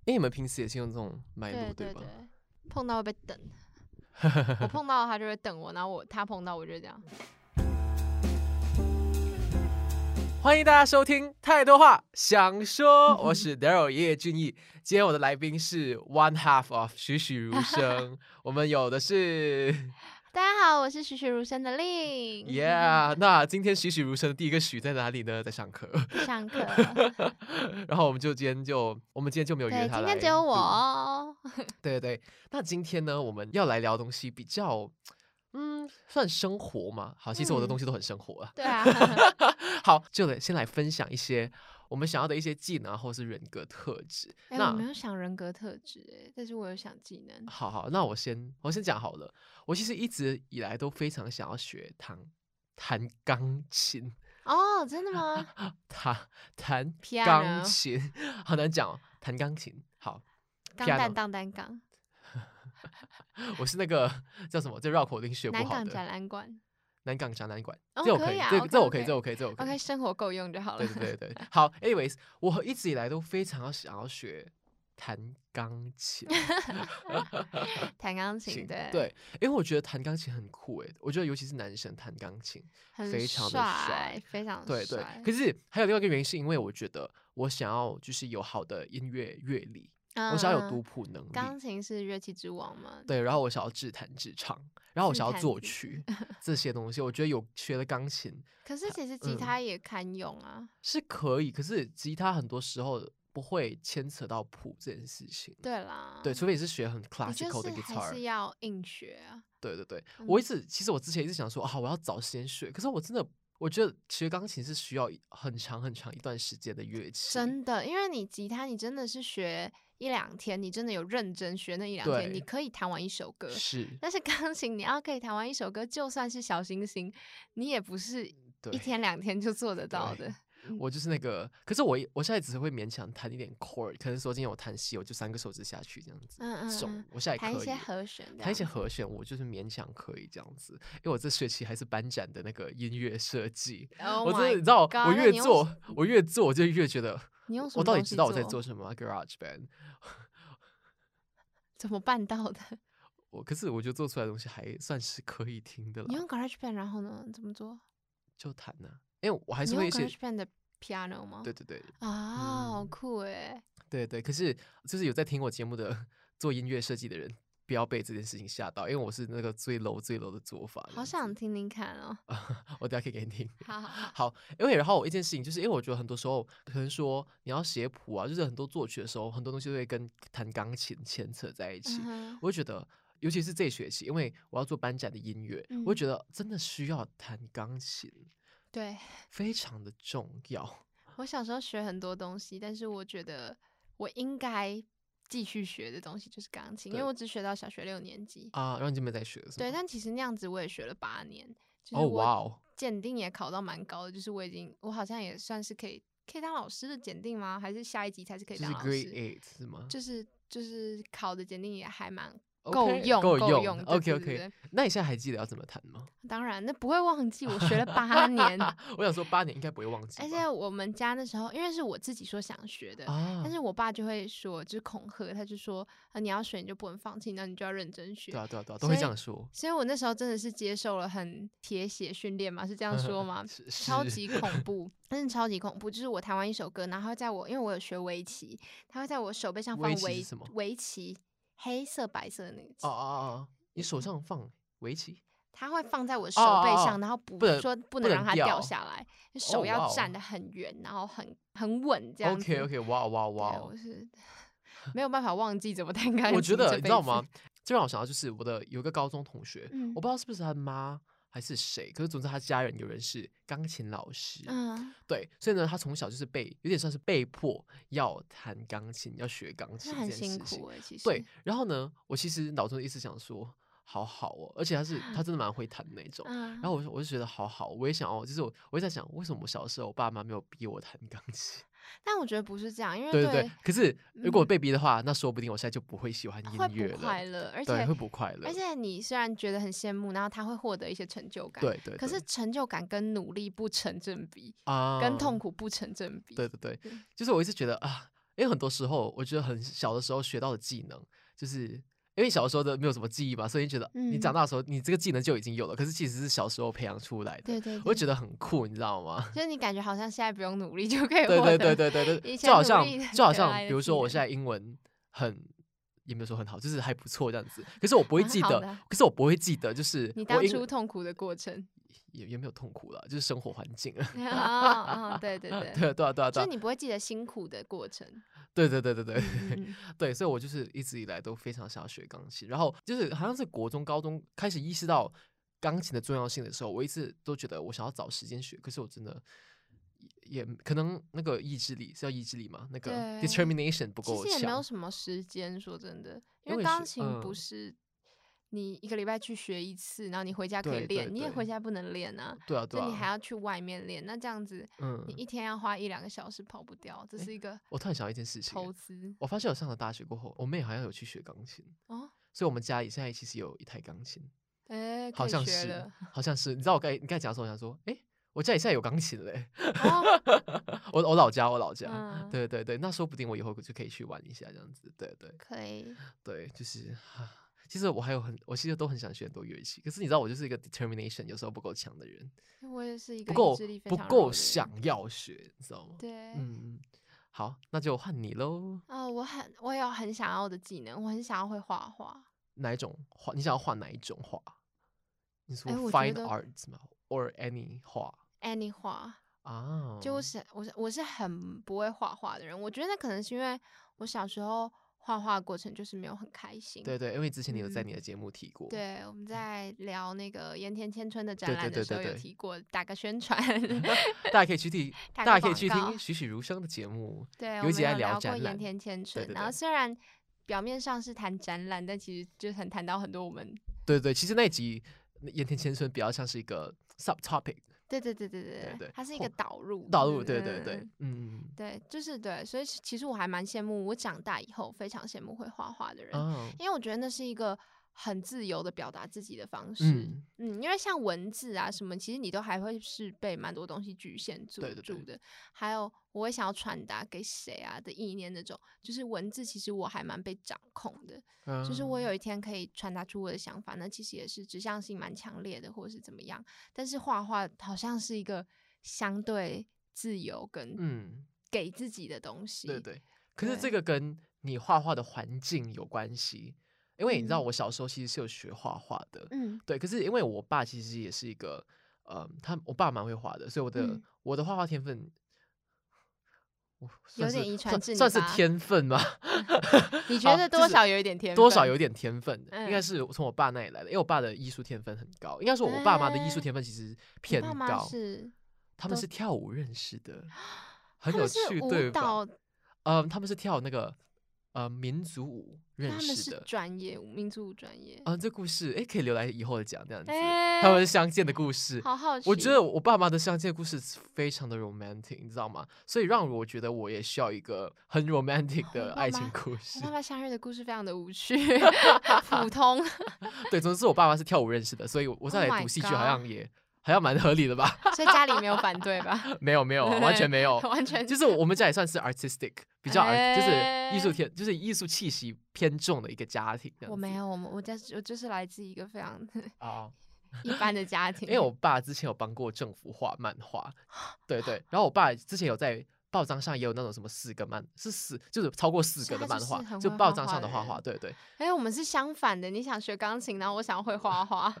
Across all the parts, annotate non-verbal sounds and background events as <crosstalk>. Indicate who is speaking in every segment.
Speaker 1: 哎，你们平时也是用这种买
Speaker 2: 对
Speaker 1: 路
Speaker 2: 对
Speaker 1: 吧？
Speaker 2: 碰到会被
Speaker 1: <laughs>
Speaker 2: 等，我碰到他就会等我，然后我他碰到我就这样。
Speaker 1: 欢迎大家收听《太多话想说》，
Speaker 2: 嗯
Speaker 1: 我是 Daryl 爷爷俊逸。今天我的来宾是 One Half of 栩栩如
Speaker 2: <laughs>
Speaker 1: 生，我们有的是
Speaker 2: 大家好，我是栩栩如生的令
Speaker 1: Yeah。那今天栩栩如生的第一个栩在哪里呢？在上课。
Speaker 2: <laughs>
Speaker 1: <laughs>
Speaker 2: 上课。
Speaker 1: 然后我们就今天就我们今天就没有约
Speaker 2: 对，
Speaker 1: 他
Speaker 2: 今
Speaker 1: 来
Speaker 2: 天只有
Speaker 1: 录
Speaker 2: 我。哦。 <laughs>
Speaker 1: 对对对，那今天呢，我们要来聊东西比较，嗯，算生活嘛。好，其实我的
Speaker 2: 嗯
Speaker 1: 东西都很生活啊。
Speaker 2: 对啊，
Speaker 1: 好，就来先来分享一些我们想要的一些技能啊或是人格特质。
Speaker 2: 哎、我
Speaker 1: 那
Speaker 2: 没有想人格特质、哎，但是我有想技能。
Speaker 1: 好好，那我先我先讲好了。我其实一直以来都非常想要学弹弹钢琴，
Speaker 2: 哦，真的
Speaker 1: <laughs>
Speaker 2: 吗？
Speaker 1: 弹弹
Speaker 2: Piano
Speaker 1: 钢琴， <laughs> 好难讲哦，弹钢琴。好，
Speaker 2: 钢
Speaker 1: Piano
Speaker 2: 蛋当单杠，
Speaker 1: 我是那个叫什么，这绕口令学不
Speaker 2: 南
Speaker 1: 好
Speaker 2: 港展
Speaker 1: 的
Speaker 2: 览馆。
Speaker 1: 南港展览馆，
Speaker 2: 哦
Speaker 1: 这我
Speaker 2: 可
Speaker 1: 可
Speaker 2: 以
Speaker 1: 以，
Speaker 2: 啊
Speaker 1: 这这我可以，
Speaker 2: ，OK，OK
Speaker 1: 这我可以，这我可以
Speaker 2: OK，。生活够用就好了。
Speaker 1: 对对对对，好，anyways，我一直以来都非常想要学弹钢琴，
Speaker 2: 弹钢琴，
Speaker 1: 琴
Speaker 2: 对，
Speaker 1: 对，因为我觉得弹钢琴很酷诶，我觉得尤其是男生弹钢琴，
Speaker 2: 很
Speaker 1: 非常的
Speaker 2: 帅，非常
Speaker 1: 对对
Speaker 2: 帅。
Speaker 1: 可是还有另外一个原因，是因为我觉得我想要就是有好的音乐乐理，我想要有
Speaker 2: 嗯
Speaker 1: 读谱能力，
Speaker 2: 钢琴是乐器之王嘛？
Speaker 1: 对，然后我想要自弹自唱，然后我
Speaker 2: 自
Speaker 1: 想要
Speaker 2: 弹
Speaker 1: 作
Speaker 2: 自
Speaker 1: 曲
Speaker 2: <laughs>
Speaker 1: 这些东西，我觉得有学了钢琴
Speaker 2: 可是其实吉
Speaker 1: 嗯
Speaker 2: 他也堪用啊。
Speaker 1: 是可以，可是吉他很多时候不会牵扯到谱这件事情。
Speaker 2: 对啦，
Speaker 1: 对，除非你是学很
Speaker 2: 你就
Speaker 1: classical 的
Speaker 2: 是还
Speaker 1: guitar，
Speaker 2: 是要硬学啊。
Speaker 1: 对对对，我一
Speaker 2: 嗯
Speaker 1: 直其实我之前一直想说啊，我要早时间学，可是我真的我觉得学钢琴是需要一很长很长一段时间的乐器，
Speaker 2: 真的，因为你吉他，你真的是学一两天，你真的有认真学那一两天，你
Speaker 1: 对
Speaker 2: 可以弹完一首歌。
Speaker 1: 是，
Speaker 2: 但是钢琴，你要可以弹完一首歌，就算是小星星，你也不是一
Speaker 1: 嗯对，
Speaker 2: 天两天就做得到的。嗯
Speaker 1: 我就是那个，可是我我现在只会勉强弹一点 chord，可能说今天我弹西，我就三个手指下去这样子，
Speaker 2: 嗯嗯
Speaker 1: 手
Speaker 2: 嗯，
Speaker 1: 我现在
Speaker 2: 弹一
Speaker 1: 可以
Speaker 2: 些。和弦这样子，
Speaker 1: 弹一些和弦，我就是勉强可以这样子，因为我这学期还是班展的那个音乐设计
Speaker 2: Oh
Speaker 1: 我真的
Speaker 2: my
Speaker 1: 你知道，
Speaker 2: God，
Speaker 1: 我
Speaker 2: 那
Speaker 1: 越
Speaker 2: 你用
Speaker 1: 做我越做，我就越觉得
Speaker 2: 你用什
Speaker 1: 我
Speaker 2: 么
Speaker 1: 到底
Speaker 2: 东
Speaker 1: 知
Speaker 2: 西
Speaker 1: 道我在
Speaker 2: 做
Speaker 1: 做什么、啊、？Garage Band，
Speaker 2: 怎么办
Speaker 1: <laughs>
Speaker 2: 到的？
Speaker 1: 我可是我觉得做出来的东西还算是可以听的
Speaker 2: 你
Speaker 1: 啦，
Speaker 2: 用 GarageBand，然后呢？怎么做？
Speaker 1: 就弹呐、因为我还
Speaker 2: 你
Speaker 1: 是
Speaker 2: 用
Speaker 1: 会一些，
Speaker 2: GarageBand 的 piano 吗？
Speaker 1: 对对对
Speaker 2: 啊，好
Speaker 1: 嗯
Speaker 2: 酷哎！
Speaker 1: 对对。可是就是有在听我节目的做音乐设计的人，不要被这件事情吓到，因为我是那个最 low 最 low 的做法。这
Speaker 2: 好
Speaker 1: 样
Speaker 2: 想
Speaker 1: 子，
Speaker 2: 听听看哦。
Speaker 1: 我等下可以给你听。
Speaker 2: 好
Speaker 1: <laughs>
Speaker 2: 好好，
Speaker 1: 好，因为然后一件事情，就是因为我觉得很多时候，可能说你要写谱啊，就是很多作曲的时候，很多东西都会跟弹钢琴牵扯在一起。
Speaker 2: 嗯哼
Speaker 1: 我会觉得，尤其是这学期，因为我要做班展的音乐，我
Speaker 2: 嗯
Speaker 1: 会觉得真的需要弹钢琴，
Speaker 2: 对
Speaker 1: 非常的重要。
Speaker 2: 我小时候学很多东西，但是我觉得我应该继续学的东西就是钢琴，因为
Speaker 1: 对
Speaker 2: 我只学到小学六年级。
Speaker 1: 啊，然后你就没在学了是
Speaker 2: 对，
Speaker 1: 吗？
Speaker 2: 但其实那样子我也学了八年，就
Speaker 1: 哦
Speaker 2: 是
Speaker 1: 哇
Speaker 2: 我
Speaker 1: 哦，
Speaker 2: 检定也考到蛮高的，就是我已经我好像也算是可以可以当老师的检定吗？还是下一级才是可以
Speaker 1: 就是
Speaker 2: 当老师？
Speaker 1: Grade Eight 是吗？
Speaker 2: 就是就是考的检定也还蛮
Speaker 1: OK，
Speaker 2: 够用
Speaker 1: 够
Speaker 2: 够
Speaker 1: 用
Speaker 2: 用对
Speaker 1: OK
Speaker 2: 对对
Speaker 1: OK，那你现在还记得要怎么弹吗？
Speaker 2: 当然那不会忘记，我
Speaker 1: <laughs>
Speaker 2: 学了八年，
Speaker 1: 我想说八年应该不会忘记吧。
Speaker 2: 而且我们家那时候因为是我自己说想学的，
Speaker 1: 啊，
Speaker 2: 但是我爸就会说，就是恐吓，他就说，啊，你要学你就不能放弃，那你就要认真学。
Speaker 1: 对啊对啊对啊，都会这
Speaker 2: 所以
Speaker 1: 样说。
Speaker 2: 所以我那时候真的是接受了很铁血训练嘛，
Speaker 1: <laughs>
Speaker 2: 是这样说吗？
Speaker 1: 是
Speaker 2: 超
Speaker 1: 是
Speaker 2: 级恐怖，真的超级恐怖。就是我弹完一首歌，然后他会在我，因为我有学围棋，他会在我手背上放
Speaker 1: 围
Speaker 2: 围
Speaker 1: 棋是什么
Speaker 2: 围棋，黑色白色的那个棋，
Speaker 1: 哦哦哦，你
Speaker 2: 嗯
Speaker 1: 手上放围棋，
Speaker 2: 他会放在我手
Speaker 1: 哦
Speaker 2: 背
Speaker 1: 哦
Speaker 2: 上，然后不
Speaker 1: 不能
Speaker 2: 说不
Speaker 1: 不
Speaker 2: 能
Speaker 1: 能
Speaker 2: 让它
Speaker 1: 掉
Speaker 2: 掉下来，手
Speaker 1: 哇
Speaker 2: 要
Speaker 1: 哦
Speaker 2: 站得很圆，然后很很稳这样子。
Speaker 1: OK OK，哇哇
Speaker 2: 对
Speaker 1: 哇哦！
Speaker 2: 我是 <laughs> 没有办法忘记怎么弹钢
Speaker 1: <laughs>
Speaker 2: 琴。
Speaker 1: 我觉得
Speaker 2: 这
Speaker 1: 你
Speaker 2: 辈
Speaker 1: 知道
Speaker 2: 子
Speaker 1: 吗？？这让我想到就是我的有一个高中同学，
Speaker 2: 嗯
Speaker 1: 我不知道是不是他妈还是谁，可是总之他家人有人是钢琴老师，
Speaker 2: 嗯，
Speaker 1: 对，所以呢，他从小就是被有点算是被迫要弹钢琴，要学钢琴
Speaker 2: 那
Speaker 1: 这
Speaker 2: 很
Speaker 1: 件
Speaker 2: 辛
Speaker 1: 事情
Speaker 2: 苦。哎、其实
Speaker 1: 对，，然后呢，我其实脑中一直想说，好好哦，而且他
Speaker 2: <laughs>
Speaker 1: 是他真的蛮会弹那种。
Speaker 2: 嗯，
Speaker 1: 然后我就我就觉得好好，我也想要，就是我我也在想，为什么我小时候我爸妈没有逼我弹钢琴？
Speaker 2: 但我觉得不是这样，因为
Speaker 1: 对对对。可是如果
Speaker 2: 啊嗯
Speaker 1: 被逼的话，那说不定我现在就不会喜欢音
Speaker 2: 会
Speaker 1: 乐
Speaker 2: 不快
Speaker 1: 了，
Speaker 2: 乐，而
Speaker 1: 对，
Speaker 2: 且
Speaker 1: 会不快乐。
Speaker 2: 而且你虽然觉得很羡慕，然后他会获得一些成就感，，
Speaker 1: 对对，
Speaker 2: 可
Speaker 1: 对
Speaker 2: 是成就感跟努力不成正比，
Speaker 1: 啊，
Speaker 2: 跟痛苦不成正比，
Speaker 1: 对对对
Speaker 2: 对，
Speaker 1: 就是我一直觉得啊，因为很多时候我觉得很小的时候学到的技能，就是因为小的时候的没有什么记忆嘛，所以你觉得你长
Speaker 2: 嗯
Speaker 1: 大的时候你这个技能就已经有了，可是其实是小时候培养出来的，
Speaker 2: 对对
Speaker 1: 我就
Speaker 2: 对，
Speaker 1: 觉得很酷，你知道
Speaker 2: <laughs>
Speaker 1: 吗？
Speaker 2: 就是你感觉好像现在不用努力就可以
Speaker 1: 对
Speaker 2: 获
Speaker 1: 对
Speaker 2: 得，
Speaker 1: 对对对对，
Speaker 2: 以
Speaker 1: 就好
Speaker 2: 前努
Speaker 1: 像
Speaker 2: 力的
Speaker 1: 就好
Speaker 2: 得来
Speaker 1: 像，
Speaker 2: 的
Speaker 1: 比如
Speaker 2: 技
Speaker 1: 说我
Speaker 2: 能
Speaker 1: 现在英文很也没有说很好，就是还不错这样子。可是我不会
Speaker 2: 蛮
Speaker 1: 记
Speaker 2: 好
Speaker 1: 得
Speaker 2: 的啊，
Speaker 1: 可是我不会记得，就是
Speaker 2: 你
Speaker 1: 我
Speaker 2: 当
Speaker 1: 英
Speaker 2: 初痛苦的过程 <laughs>
Speaker 1: 也也没有痛苦了，就是生活环境啊。
Speaker 2: 啊啊，对对对，
Speaker 1: <laughs> 对啊对啊对啊
Speaker 2: 就
Speaker 1: 对啊，
Speaker 2: 是你不会记得辛苦的过程。
Speaker 1: <laughs> 对对对对对
Speaker 2: 嗯嗯嗯
Speaker 1: 对，所以我就是一直以来都非常想要学钢琴，然后就是好像是国中、高中开始意识到钢琴的重要性的时候，我一直都觉得我想要找时间学，可是我真的。也可能那个意志力是要意志力嘛，那个
Speaker 2: 对
Speaker 1: determination 不够
Speaker 2: 其
Speaker 1: 强。
Speaker 2: 实也没有什么时间，说真的，
Speaker 1: 因
Speaker 2: 因为
Speaker 1: 为
Speaker 2: 钢
Speaker 1: 是
Speaker 2: 琴不
Speaker 1: 嗯
Speaker 2: 是你一个礼拜去学一次，然后你回家可以
Speaker 1: 对对
Speaker 2: 练，你也回
Speaker 1: 对
Speaker 2: 家不能练啊，
Speaker 1: 对啊，对
Speaker 2: 就
Speaker 1: 啊，
Speaker 2: 你还要去外面练。那这样子，
Speaker 1: 嗯
Speaker 2: 你，一天要花一两个小时跑不掉，这
Speaker 1: 诶
Speaker 2: 是一个
Speaker 1: 我突然想到一件事情
Speaker 2: 投
Speaker 1: 欸，
Speaker 2: 资
Speaker 1: 我发现我上了大学过后，我妹好像有去学钢琴，
Speaker 2: 哦。
Speaker 1: 所以我们家里现在其实有一台钢琴，
Speaker 2: 哎，可
Speaker 1: 好
Speaker 2: 以
Speaker 1: 像
Speaker 2: 学
Speaker 1: 是
Speaker 2: 了，
Speaker 1: 好像是。你知道我刚才你刚才讲的时候，我想说，诶，我家里现在有钢琴欸嘞，
Speaker 2: 哦，
Speaker 1: <laughs> 我我老家我老家，
Speaker 2: 嗯
Speaker 1: 对对对，那说不定我以后就可以去玩一下这样子，对对
Speaker 2: 可以，
Speaker 1: 对，就是啊。其实我还有很，我其实都很想学很多乐器，可是你知道我就是一个 determination 有时候不够强的人，
Speaker 2: 我也是一
Speaker 1: 不
Speaker 2: 个意
Speaker 1: 够
Speaker 2: 志力非
Speaker 1: 不
Speaker 2: 常弱
Speaker 1: 够
Speaker 2: 的人
Speaker 1: 想要学，你知道吗？
Speaker 2: 对，
Speaker 1: 嗯，好，那就换你喽。
Speaker 2: 哦，我很我有很想要的技能，我很想要会画画。
Speaker 1: 哪一种画？你想要画哪一种画？你说
Speaker 2: 哎我觉
Speaker 1: fine
Speaker 2: 得
Speaker 1: arts 吗？or any 画
Speaker 2: any 画，
Speaker 1: 啊？
Speaker 2: 就是我是我是很不会画画的人，我觉得那可能是因为我小时候画画的过程就是没有很开心。
Speaker 1: 对对，因为之前你有在
Speaker 2: 嗯
Speaker 1: 你的节目提过，
Speaker 2: 对，我们在聊那个盐田千春的展
Speaker 1: 对
Speaker 2: 览
Speaker 1: 对
Speaker 2: 的
Speaker 1: 对
Speaker 2: 时候
Speaker 1: 对
Speaker 2: 有
Speaker 1: 对
Speaker 2: 提过，打个宣传。 <laughs>
Speaker 1: 大家可以去听，
Speaker 2: 打
Speaker 1: 大
Speaker 2: 个
Speaker 1: 家可以
Speaker 2: 广
Speaker 1: 去
Speaker 2: 告
Speaker 1: 听栩栩如生的节目，
Speaker 2: 对，
Speaker 1: 有
Speaker 2: 我
Speaker 1: 一
Speaker 2: 们
Speaker 1: 集在
Speaker 2: 有
Speaker 1: 聊
Speaker 2: 聊过
Speaker 1: 展
Speaker 2: 盐
Speaker 1: 览
Speaker 2: 田千春，
Speaker 1: 对
Speaker 2: 然后
Speaker 1: 对
Speaker 2: 虽然表面上是谈展览，但其实就很谈到很多我们。
Speaker 1: 对对，其实那一集盐田千春比较像是一个 sub topic
Speaker 2: 对对对对对
Speaker 1: 对
Speaker 2: 它是一个
Speaker 1: 或
Speaker 2: 导入
Speaker 1: 道路，
Speaker 2: 嗯
Speaker 1: 对
Speaker 2: 嗯
Speaker 1: 对
Speaker 2: 嗯
Speaker 1: 对
Speaker 2: 嗯，
Speaker 1: 嗯
Speaker 2: 对，就是对，所以其其实我还蛮羡慕，我长大以后非常羡慕会画画的人，
Speaker 1: 啊
Speaker 2: 因为我觉得那是一个很自由的表达自己的方式。嗯
Speaker 1: 嗯，
Speaker 2: 因为像文字啊什么，其实你都还会是被蛮多东西局限住
Speaker 1: 对对
Speaker 2: 住
Speaker 1: 对
Speaker 2: 的。还有我会想要传达给谁啊的意念那种，就是文字其实我还蛮被掌控的，
Speaker 1: 嗯
Speaker 2: 就是我有一天可以传达出我的想法，那其实也是指向性蛮强烈的，或者是怎么样。但是画画好像是一个相对自由跟
Speaker 1: 嗯
Speaker 2: 给自己的东西。
Speaker 1: 对对，可是这
Speaker 2: 对
Speaker 1: 个跟你画画的环境有关系，因为你知道
Speaker 2: 嗯
Speaker 1: 我小时候其实是有学画画的，
Speaker 2: 嗯，
Speaker 1: 对，可是因为我爸其实也是一个，呃，他我爸蛮会画的，所以我的、
Speaker 2: 嗯
Speaker 1: 我的画画天分，我算
Speaker 2: 有点
Speaker 1: 是
Speaker 2: 遗传
Speaker 1: 算
Speaker 2: 至你
Speaker 1: 算是
Speaker 2: 吧？
Speaker 1: 天分吗
Speaker 2: 你觉
Speaker 1: 好
Speaker 2: 得
Speaker 1: 啊就
Speaker 2: 多
Speaker 1: 是
Speaker 2: 少有一点天
Speaker 1: 多少
Speaker 2: 分
Speaker 1: 有点天分的，应该
Speaker 2: 嗯
Speaker 1: 是从我爸那里来的，因为我爸的艺术天分很高，应该说我爸妈的艺术
Speaker 2: 哎
Speaker 1: 天分其实
Speaker 2: 你
Speaker 1: 偏
Speaker 2: 爸妈
Speaker 1: 高，
Speaker 2: 是
Speaker 1: 他们
Speaker 2: 都
Speaker 1: 是跳舞认识的，
Speaker 2: 他
Speaker 1: 很有
Speaker 2: 们是
Speaker 1: 趣，
Speaker 2: 舞
Speaker 1: 对吧？
Speaker 2: 蹈，
Speaker 1: 嗯、他们是跳那个呃民族舞
Speaker 2: 那
Speaker 1: 认
Speaker 2: 他们
Speaker 1: 识
Speaker 2: 是
Speaker 1: 的。
Speaker 2: 专业民族舞专业，
Speaker 1: 嗯，这故事诶可以留来以后讲这样子，
Speaker 2: 哎
Speaker 1: 他们相见的故事。
Speaker 2: 好好奇。
Speaker 1: 我觉得我爸妈的相见故事非常的 romantic，你知道吗？所以让我觉得我也需要一个很 romantic
Speaker 2: 我
Speaker 1: 的
Speaker 2: 哦爸
Speaker 1: 爱情
Speaker 2: 妈
Speaker 1: 故
Speaker 2: 我
Speaker 1: 事。
Speaker 2: 爸爸相遇的故事非常的无
Speaker 1: <laughs>
Speaker 2: 趣，普通。 <laughs>
Speaker 1: 对，总之我爸妈是跳舞认识的，所以我
Speaker 2: Oh
Speaker 1: 再来
Speaker 2: my
Speaker 1: 读戏剧
Speaker 2: god
Speaker 1: 好像也好像蛮合理的吧？ <laughs>
Speaker 2: 所以家里没有反对吧？
Speaker 1: 没有没有啊，完全没
Speaker 2: <laughs>
Speaker 1: 有，
Speaker 2: 完全
Speaker 1: 就是我们家也算是 artistic，比较 art, 就是艺术
Speaker 2: 哎
Speaker 1: 天，就是艺术气息偏重的一个家庭。这样
Speaker 2: 我没
Speaker 1: 子
Speaker 2: 有，我们我家我就是来自一个非常 <laughs>
Speaker 1: 啊，
Speaker 2: 一般的家庭。
Speaker 1: 因为我爸之前有帮过政府画漫画，
Speaker 2: <laughs>
Speaker 1: 对对，然后我爸之前有在报章上也有那种什么四个漫是四，就是超过四
Speaker 2: 是
Speaker 1: 个的
Speaker 2: 他
Speaker 1: 漫
Speaker 2: 就是
Speaker 1: 画，
Speaker 2: 很
Speaker 1: 就
Speaker 2: 会
Speaker 1: 报
Speaker 2: 画
Speaker 1: 章
Speaker 2: 画
Speaker 1: 上
Speaker 2: 的
Speaker 1: 的画
Speaker 2: 人
Speaker 1: 画，对 <laughs> 对。
Speaker 2: 哎、我们是相反的，你想学钢琴，然后我想会
Speaker 1: <laughs>
Speaker 2: 画画。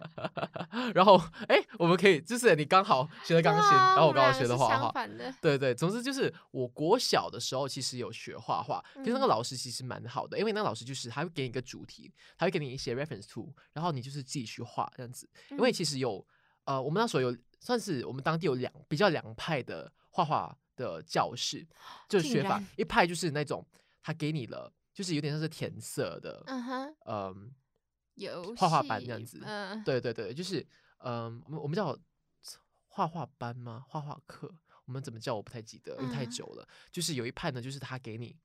Speaker 1: 然后哎，我们可以就是你刚好学的钢琴，
Speaker 2: 对啊
Speaker 1: 然后
Speaker 2: 我
Speaker 1: 我
Speaker 2: 们
Speaker 1: 刚好
Speaker 2: 两个
Speaker 1: 学的
Speaker 2: 是
Speaker 1: 画
Speaker 2: 相
Speaker 1: 画。
Speaker 2: 反的。
Speaker 1: 对对，总之就是我国小的时候其实有学画画，可是那个
Speaker 2: 嗯
Speaker 1: 老师其实蛮好的，因为那个老师就是他会给你一个主题，他会给你一些 reference t o 然后你就是自己去画这样子。因为
Speaker 2: 嗯
Speaker 1: 其实有呃，我们那时候有算是我们当地有两比较两派的画画的教室，就是
Speaker 2: 竟
Speaker 1: 学法
Speaker 2: 然
Speaker 1: 一派就是那种他给你了，就是有点像是填色的，嗯、
Speaker 2: 嗯哼，游
Speaker 1: 画画班这
Speaker 2: 戏
Speaker 1: 样子
Speaker 2: 嗯、
Speaker 1: 对对对，就是嗯、我们我们叫画画班吗？画画课，我们怎么叫我不太记得，因为太
Speaker 2: 嗯
Speaker 1: 久了。就是有一派呢，就是他给你。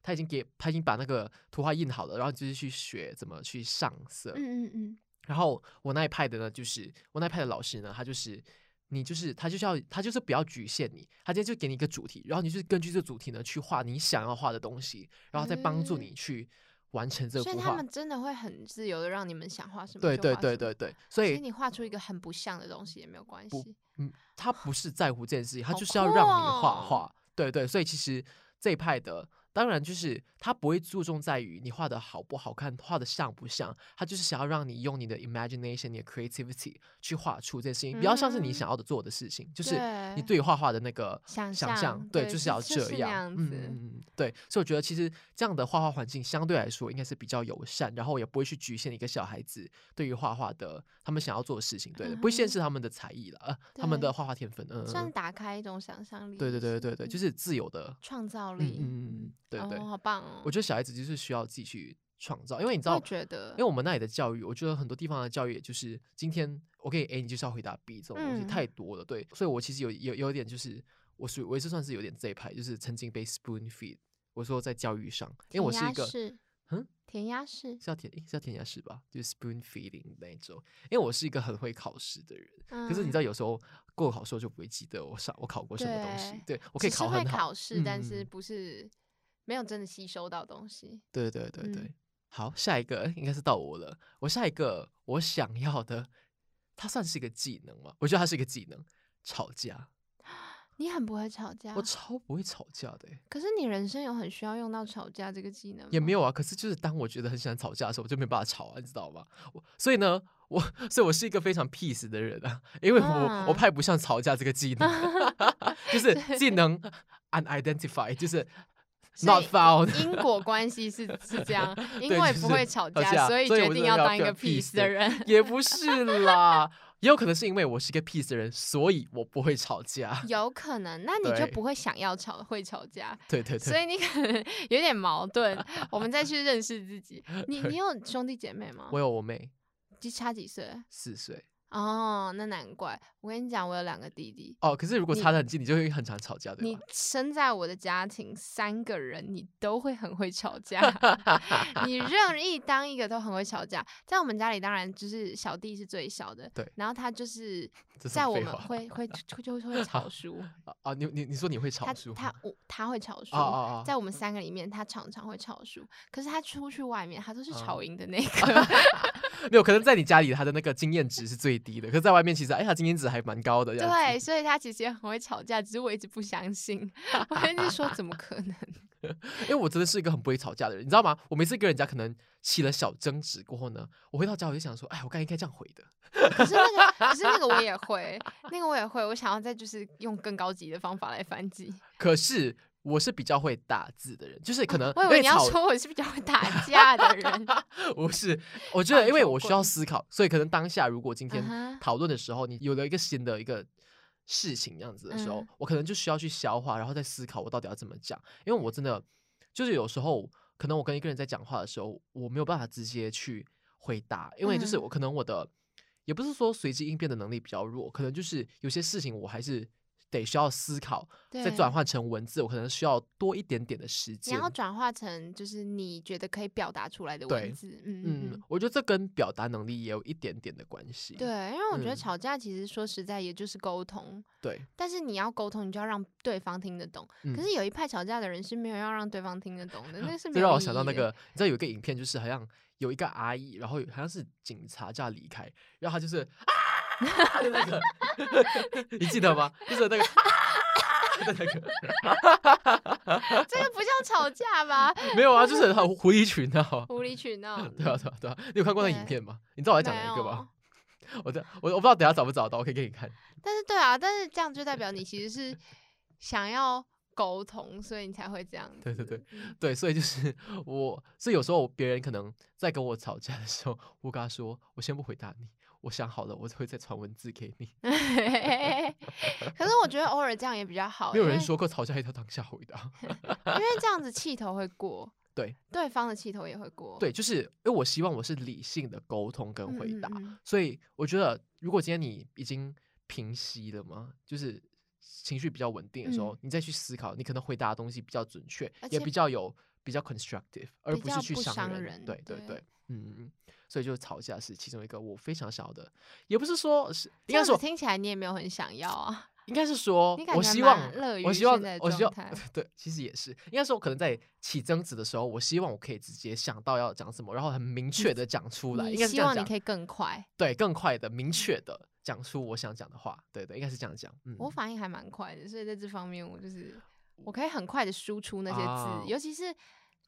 Speaker 1: 他已经给他已经把那个图画印好了，然后就是去学怎么去上色。
Speaker 2: 嗯嗯嗯，
Speaker 1: 然后我那一派的呢，就是我那一派的老师呢，他就是你就是他就是要他就是不要局限你，他今天就给你一个主题，然后你就是根据这个主题呢去画你想要画的东西，然后再帮助你去完成这
Speaker 2: 嗯所以
Speaker 1: 幅
Speaker 2: 他
Speaker 1: 画
Speaker 2: 们。真的会很自由的让你们想画什么
Speaker 1: 对
Speaker 2: 就
Speaker 1: 对
Speaker 2: 画
Speaker 1: 对
Speaker 2: 什么
Speaker 1: 对，对，所
Speaker 2: 所以
Speaker 1: 以
Speaker 2: 你画出一个很不像的东西也没有关系。
Speaker 1: 嗯，他不是在乎这件事情，他
Speaker 2: 好
Speaker 1: 就是要
Speaker 2: 酷
Speaker 1: 让你画
Speaker 2: 哦
Speaker 1: 画。对对，所以其实这一派的，当然就是他不会注重在于你画的好不好看，画的像不像，他就是想要让你用你的 imagination、你的 creativity 去画出这件事情，比较像是你
Speaker 2: 嗯
Speaker 1: 想要的做的事情，就是你
Speaker 2: 对
Speaker 1: 对于画画的那个
Speaker 2: 想
Speaker 1: 象，
Speaker 2: 象
Speaker 1: 对，
Speaker 2: 对
Speaker 1: 就是
Speaker 2: 就
Speaker 1: 要
Speaker 2: 就
Speaker 1: 这
Speaker 2: 是那
Speaker 1: 样。
Speaker 2: 样
Speaker 1: 嗯
Speaker 2: 子
Speaker 1: 嗯嗯嗯，对，所以我觉得其实这样的画画环境相对来说应该是比较友善，然后也不会去局限一个小孩子对于画画的他们想要做的事情，对的，不会限
Speaker 2: 嗯哼
Speaker 1: 制他们的才艺了，呃他们
Speaker 2: 对
Speaker 1: 的画画天分，嗯，嗯
Speaker 2: 算
Speaker 1: 嗯
Speaker 2: 打开一种想象力也
Speaker 1: 对
Speaker 2: 是。
Speaker 1: 对对对对，就是是自由的，
Speaker 2: 创造
Speaker 1: 嗯
Speaker 2: 力。
Speaker 1: 嗯嗯嗯，对对
Speaker 2: 哦，，好棒哦！
Speaker 1: 我觉得小孩子就是需要自己去创造，因为你知
Speaker 2: 我
Speaker 1: 道
Speaker 2: 也，觉得，
Speaker 1: 因为我们那里的教育，我觉得很多地方的教育，也就是今天我给你 A，你就是要回答 B 这种东西
Speaker 2: 嗯
Speaker 1: 太多了，对，所以我其实有有有点就是，我属于我也是算是有点这一派，就是曾经被 spoon feed，我说在教育上，因为我
Speaker 2: 填
Speaker 1: 是一
Speaker 2: 鸭
Speaker 1: 个
Speaker 2: 式
Speaker 1: 嗯
Speaker 2: 填鸭式，
Speaker 1: 是要填诶是要填鸭式吧，就是 spoon feeding 那一种，因为我是一个很会考试的人，
Speaker 2: 可
Speaker 1: 可是你知道有时候过考试我就不会记得我上我考过什么东西，对我可以
Speaker 2: 只是
Speaker 1: 考
Speaker 2: 会
Speaker 1: 很好，
Speaker 2: 考试，但是
Speaker 1: 嗯
Speaker 2: 不是没有真的吸收到东西。
Speaker 1: 对对对对，
Speaker 2: 嗯
Speaker 1: 好，下一个应该是到我了。我下一个我想要的，它算是一个技能吗？我觉得它是一个技能，吵架。
Speaker 2: 你很不会吵架
Speaker 1: 我，超不会吵架的欸、
Speaker 2: 可是你人生有很需要用到吵架这个技能吗，
Speaker 1: 也没有啊。可是就是当我觉得很想吵架的时候，我就没办法吵啊，你知道吗？我所以呢，我所以我是一个非常 peace 的人啊，因为我、我
Speaker 2: 啊
Speaker 1: 派不上吵架这个技能， <laughs>
Speaker 2: <laughs>
Speaker 1: 就是技能 unidentified，就是
Speaker 2: 所
Speaker 1: not
Speaker 2: 以
Speaker 1: found。，
Speaker 2: 因果关系是是这样因
Speaker 1: 对
Speaker 2: 为
Speaker 1: 就
Speaker 2: 不
Speaker 1: 是
Speaker 2: 会吵
Speaker 1: 吵
Speaker 2: 架，
Speaker 1: 架
Speaker 2: 所以
Speaker 1: 所以
Speaker 2: 决
Speaker 1: 我
Speaker 2: 定
Speaker 1: 就
Speaker 2: 要
Speaker 1: 要
Speaker 2: 当一
Speaker 1: 当
Speaker 2: 个
Speaker 1: peace
Speaker 2: peace
Speaker 1: 的
Speaker 2: 的人。 <laughs>
Speaker 1: 也不是啦，也有可能是因为我是一个 peace 的人，所以我不会吵架。 <laughs>
Speaker 2: 有可能，那你就
Speaker 1: 对
Speaker 2: 不会想要吵，会吵架，
Speaker 1: 对对
Speaker 2: 所
Speaker 1: 对，
Speaker 2: 以你可能 <laughs> 有点矛盾。我们再去认识自己。
Speaker 1: <laughs>
Speaker 2: 你你有兄弟姐妹吗
Speaker 1: 我？有我妹
Speaker 2: 就差几岁？
Speaker 1: 四岁
Speaker 2: 哦，那难怪。我跟你讲，我有两个弟弟。
Speaker 1: 哦，可是如果
Speaker 2: 你
Speaker 1: 差得很近，你就会很常吵架，对
Speaker 2: 你
Speaker 1: 吧？
Speaker 2: 生在我的家庭，三个人你都会很会吵
Speaker 1: <laughs>
Speaker 2: 架，你任意当一个都很会吵架。在我们家里，当然就是小弟是最小的，
Speaker 1: 对
Speaker 2: 然后他就是
Speaker 1: 这是
Speaker 2: 在
Speaker 1: 什么
Speaker 2: 我
Speaker 1: 废
Speaker 2: 们
Speaker 1: 话
Speaker 2: 会会就就会
Speaker 1: 好 <laughs>
Speaker 2: 吵输，
Speaker 1: 啊啊，你你你说你会吵
Speaker 2: 他
Speaker 1: 输？
Speaker 2: 他我他会吵输
Speaker 1: 啊啊啊，
Speaker 2: 在我们三个里面，他常常会吵输，可是他出去外面，他都是
Speaker 1: 啊
Speaker 2: 吵赢的那个。
Speaker 1: 没有，可能在你家里他的那个经验值是最低的，可是在外面其实哎，他经验值还蛮高的。这样子
Speaker 2: 对，，所以他其实也很会吵架，只是我一直不相信， <laughs> 我一直说怎么可能？ <laughs>
Speaker 1: 因为我真的是一个很不会吵架的人，你知道吗？我每次跟人家可能起了小争执过后呢，我回到家我就想说，哎，我刚才应该这样回的。
Speaker 2: 可是那个，可是那个我也会，那个我也会，我想要再就是用更高级的方法来反击。
Speaker 1: 可是我是比较会打字的人，就是可能
Speaker 2: 哦我
Speaker 1: 呃
Speaker 2: 以
Speaker 1: 因
Speaker 2: 为
Speaker 1: 为
Speaker 2: 你要
Speaker 1: 吵
Speaker 2: 说我是比较会打架
Speaker 1: <laughs>
Speaker 2: 的人，
Speaker 1: 不是，我觉
Speaker 2: 棒
Speaker 1: 得因为
Speaker 2: 球
Speaker 1: 我需
Speaker 2: 棍
Speaker 1: 要思考，所以可能当下如果今天
Speaker 2: 啊嗯哼
Speaker 1: 讨论的时候，你有了一个新的一个事情这样子的时候
Speaker 2: 嗯，
Speaker 1: 我可能就需要去消化，然后再思考我到底要怎么讲，因为我真的就是有时候可能我跟一个人在讲话的时候，我没有办法直接去回答，因为就是
Speaker 2: 嗯
Speaker 1: 我可能我的也不是说随机应变的能力比较弱，可能就是有些事情我还是。得需要思考，再转
Speaker 2: 对
Speaker 1: 换成文字，我可能需要多一点点的时
Speaker 2: 你
Speaker 1: 间。
Speaker 2: 要转化成就是你觉得可以表达出来的
Speaker 1: 对
Speaker 2: 文字。嗯，
Speaker 1: 嗯
Speaker 2: 嗯，
Speaker 1: 我觉得这跟表达能力也有一点点的关系。
Speaker 2: 对，因为我觉
Speaker 1: 嗯
Speaker 2: 得吵架其实说实在也就是沟通，
Speaker 1: 对，
Speaker 2: 但是你要沟通，你就要让对方听得懂。
Speaker 1: 嗯
Speaker 2: 可是有一派吵架的人是没有要让对方听得懂的，
Speaker 1: <laughs>
Speaker 2: 那是没
Speaker 1: 这
Speaker 2: 有
Speaker 1: 让我
Speaker 2: 意
Speaker 1: 想到
Speaker 2: 义
Speaker 1: 那
Speaker 2: 的
Speaker 1: 个，你知道有一个影片，就是好像有一个阿姨，然后有好像是警察叫她离开，然后她就是啊的那个， <laughs> 你记得吗？就是那个的那个，
Speaker 2: 这个不叫吵架
Speaker 1: <laughs>
Speaker 2: 吧？
Speaker 1: 没有啊，就是很无理取闹
Speaker 2: <laughs>
Speaker 1: 啊。
Speaker 2: 无理取闹。
Speaker 1: 对啊，对啊，对啊，你有看过那影
Speaker 2: 对
Speaker 1: 片吗？你 <laughs> 知道我在讲
Speaker 2: 没
Speaker 1: 哪一个
Speaker 2: 有
Speaker 1: 吗？我在我我不知道等下找不找到，我可以给你看。
Speaker 2: 但是对啊，但是这样就代表你其实是想要沟通，所以你才会这样。
Speaker 1: 对对对，
Speaker 2: 嗯
Speaker 1: 对，所以就是我，所以有时候别人可能在跟我吵架的时候，我跟他说，我先不回答你，我想好了，我会再传文字给你。
Speaker 2: <laughs> 可是我觉得偶尔这样也比较好，
Speaker 1: 没有
Speaker 2: 因
Speaker 1: 人
Speaker 2: 为
Speaker 1: 说过吵架一定要当下回答。
Speaker 2: 哦因为这样子气头会过，
Speaker 1: <laughs> 对，
Speaker 2: 对方的气头也会过，
Speaker 1: 对，就是因为我希望我是理性的沟通跟
Speaker 2: 嗯，
Speaker 1: 回答，
Speaker 2: 嗯嗯
Speaker 1: 所以我觉得如果今天你已经平息了嘛，就是情绪比较稳定的时候，
Speaker 2: 嗯
Speaker 1: 你再去思考，你可能回答的东西比较准确
Speaker 2: 而，
Speaker 1: 也
Speaker 2: 且
Speaker 1: 比较有比较 constructive，而
Speaker 2: 比
Speaker 1: 不是
Speaker 2: 较
Speaker 1: 去
Speaker 2: 不
Speaker 1: 伤
Speaker 2: 伤
Speaker 1: 人。
Speaker 2: 人
Speaker 1: 对
Speaker 2: 对
Speaker 1: 对，嗯嗯嗯，所以就吵架是其中一个我非常想要的，也不是说是应
Speaker 2: 这
Speaker 1: 该
Speaker 2: 样子
Speaker 1: 说
Speaker 2: 听起来你也没有很想要啊。
Speaker 1: 应该是说
Speaker 2: 你感，
Speaker 1: 我
Speaker 2: 觉
Speaker 1: 希
Speaker 2: 蛮
Speaker 1: 望
Speaker 2: 乐
Speaker 1: 我
Speaker 2: 于
Speaker 1: 希望
Speaker 2: 现在的
Speaker 1: 我希
Speaker 2: 状
Speaker 1: 望
Speaker 2: 态
Speaker 1: 对，其实也是应该说，我可能在起争执的时候，我希望我可以直接想到要讲什么，然后很明确的讲出来，
Speaker 2: 你
Speaker 1: 应该是这
Speaker 2: 希
Speaker 1: 样
Speaker 2: 望你
Speaker 1: 讲
Speaker 2: 可，以更快，
Speaker 1: 对，更快的、
Speaker 2: 嗯
Speaker 1: 明确的讲出我想讲的话，对对，应该是这样讲，嗯，
Speaker 2: 我反应还蛮快的，所以在这方面我就是我可以很快的输出那些字，
Speaker 1: 啊
Speaker 2: 尤其是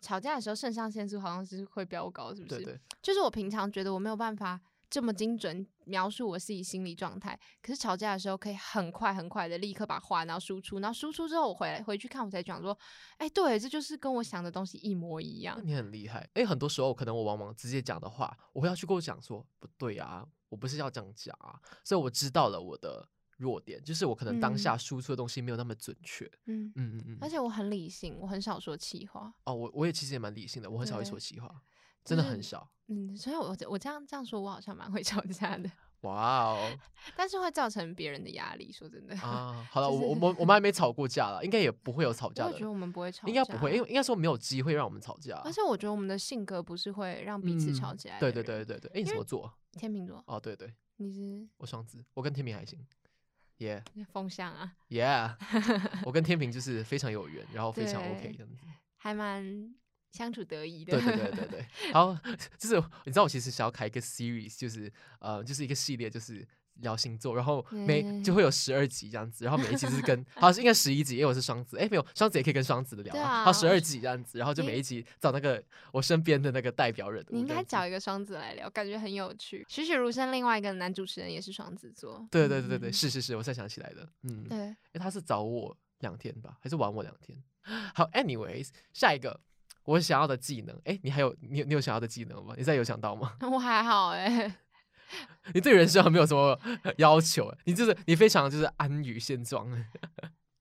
Speaker 2: 吵架的时候，肾上腺素好像是会飙高，是不
Speaker 1: 对
Speaker 2: 是？
Speaker 1: 对，
Speaker 2: 就是我平常觉得我没有办法这么精准描述我自己心理状态，可是吵架的时候可以很快很快的立刻把话然后输出，然后输出之后我回来回去看我才讲说，哎、对，这就是跟我想的东西一模一样
Speaker 1: 那。你很厉害。哎，很多时候可能我往往直接讲的话，我会要去跟我讲说不对啊，我不是要这样讲啊，所以我知道了我的弱点，就是我可能当
Speaker 2: 嗯
Speaker 1: 下输出的东西没有那么准确。
Speaker 2: 嗯，
Speaker 1: 嗯嗯嗯。
Speaker 2: 而且我很理性，我很少说气话。
Speaker 1: 哦，我我也其实也蛮理性的，我很少会
Speaker 2: 对
Speaker 1: 说气话，
Speaker 2: 就
Speaker 1: 真的很
Speaker 2: 是
Speaker 1: 少。
Speaker 2: 嗯，所以我我这样这样说，我好像蛮会 <laughs> 吵架的，
Speaker 1: 哇哦
Speaker 2: 但是会造成别人的压力。说真的，
Speaker 1: 啊！好了，
Speaker 2: 就
Speaker 1: 我我
Speaker 2: 是
Speaker 1: 们我们还没吵过架了，应该也不会有吵架
Speaker 2: <laughs> 我觉得
Speaker 1: 的，
Speaker 2: 我们不会吵架，啊
Speaker 1: 应该不会，因为应该说没有机会让我们吵架。啊
Speaker 2: 而且我觉得我们的性格不是会让彼此吵
Speaker 1: 嗯
Speaker 2: 起来、
Speaker 1: 对对对，对对，哎，你什么座？
Speaker 2: 天秤座，
Speaker 1: 哦，对对，
Speaker 2: 你是
Speaker 1: 我双子，我跟天平还行。耶、
Speaker 2: 风象啊，
Speaker 1: Yeah，我 <laughs> 跟天平就是非常有缘，然后非常 OK
Speaker 2: 对
Speaker 1: 这样子。
Speaker 2: 还蛮相处得宜的。
Speaker 1: 对对
Speaker 2: <laughs>
Speaker 1: 对对对。好，就是你知道我其实想要开一个 series，就是呃，就是一个系列，就是聊星座，然后每就会有十二集这样子，然后每一集是
Speaker 2: <laughs>
Speaker 1: 跟好应该十一集，因为我是双子，哎没有双子也可以跟双子的聊
Speaker 2: 对
Speaker 1: 啊，
Speaker 2: 啊
Speaker 1: 好十二集这样子，然后就
Speaker 2: 你
Speaker 1: 每一集找那个我身边的那个代表人物这样子。
Speaker 2: 你应该找一个双子来聊，感觉很有趣。栩栩如生，另外一个男主持人也是双子座。
Speaker 1: 对对对对对，
Speaker 2: 嗯
Speaker 1: 是是是，我才想起来的。嗯，
Speaker 2: 对， <laughs>
Speaker 1: 诶，他是找我两天吧，还是晚我两天？好，anyways，下一个我想要的技能，诶，你还有你有你有想要的技能吗？你现在有想到吗？ <laughs>
Speaker 2: 我还好哎、 <laughs>
Speaker 1: 你对人生还没有什么要求欸，你就是你非常就是安于现状。欸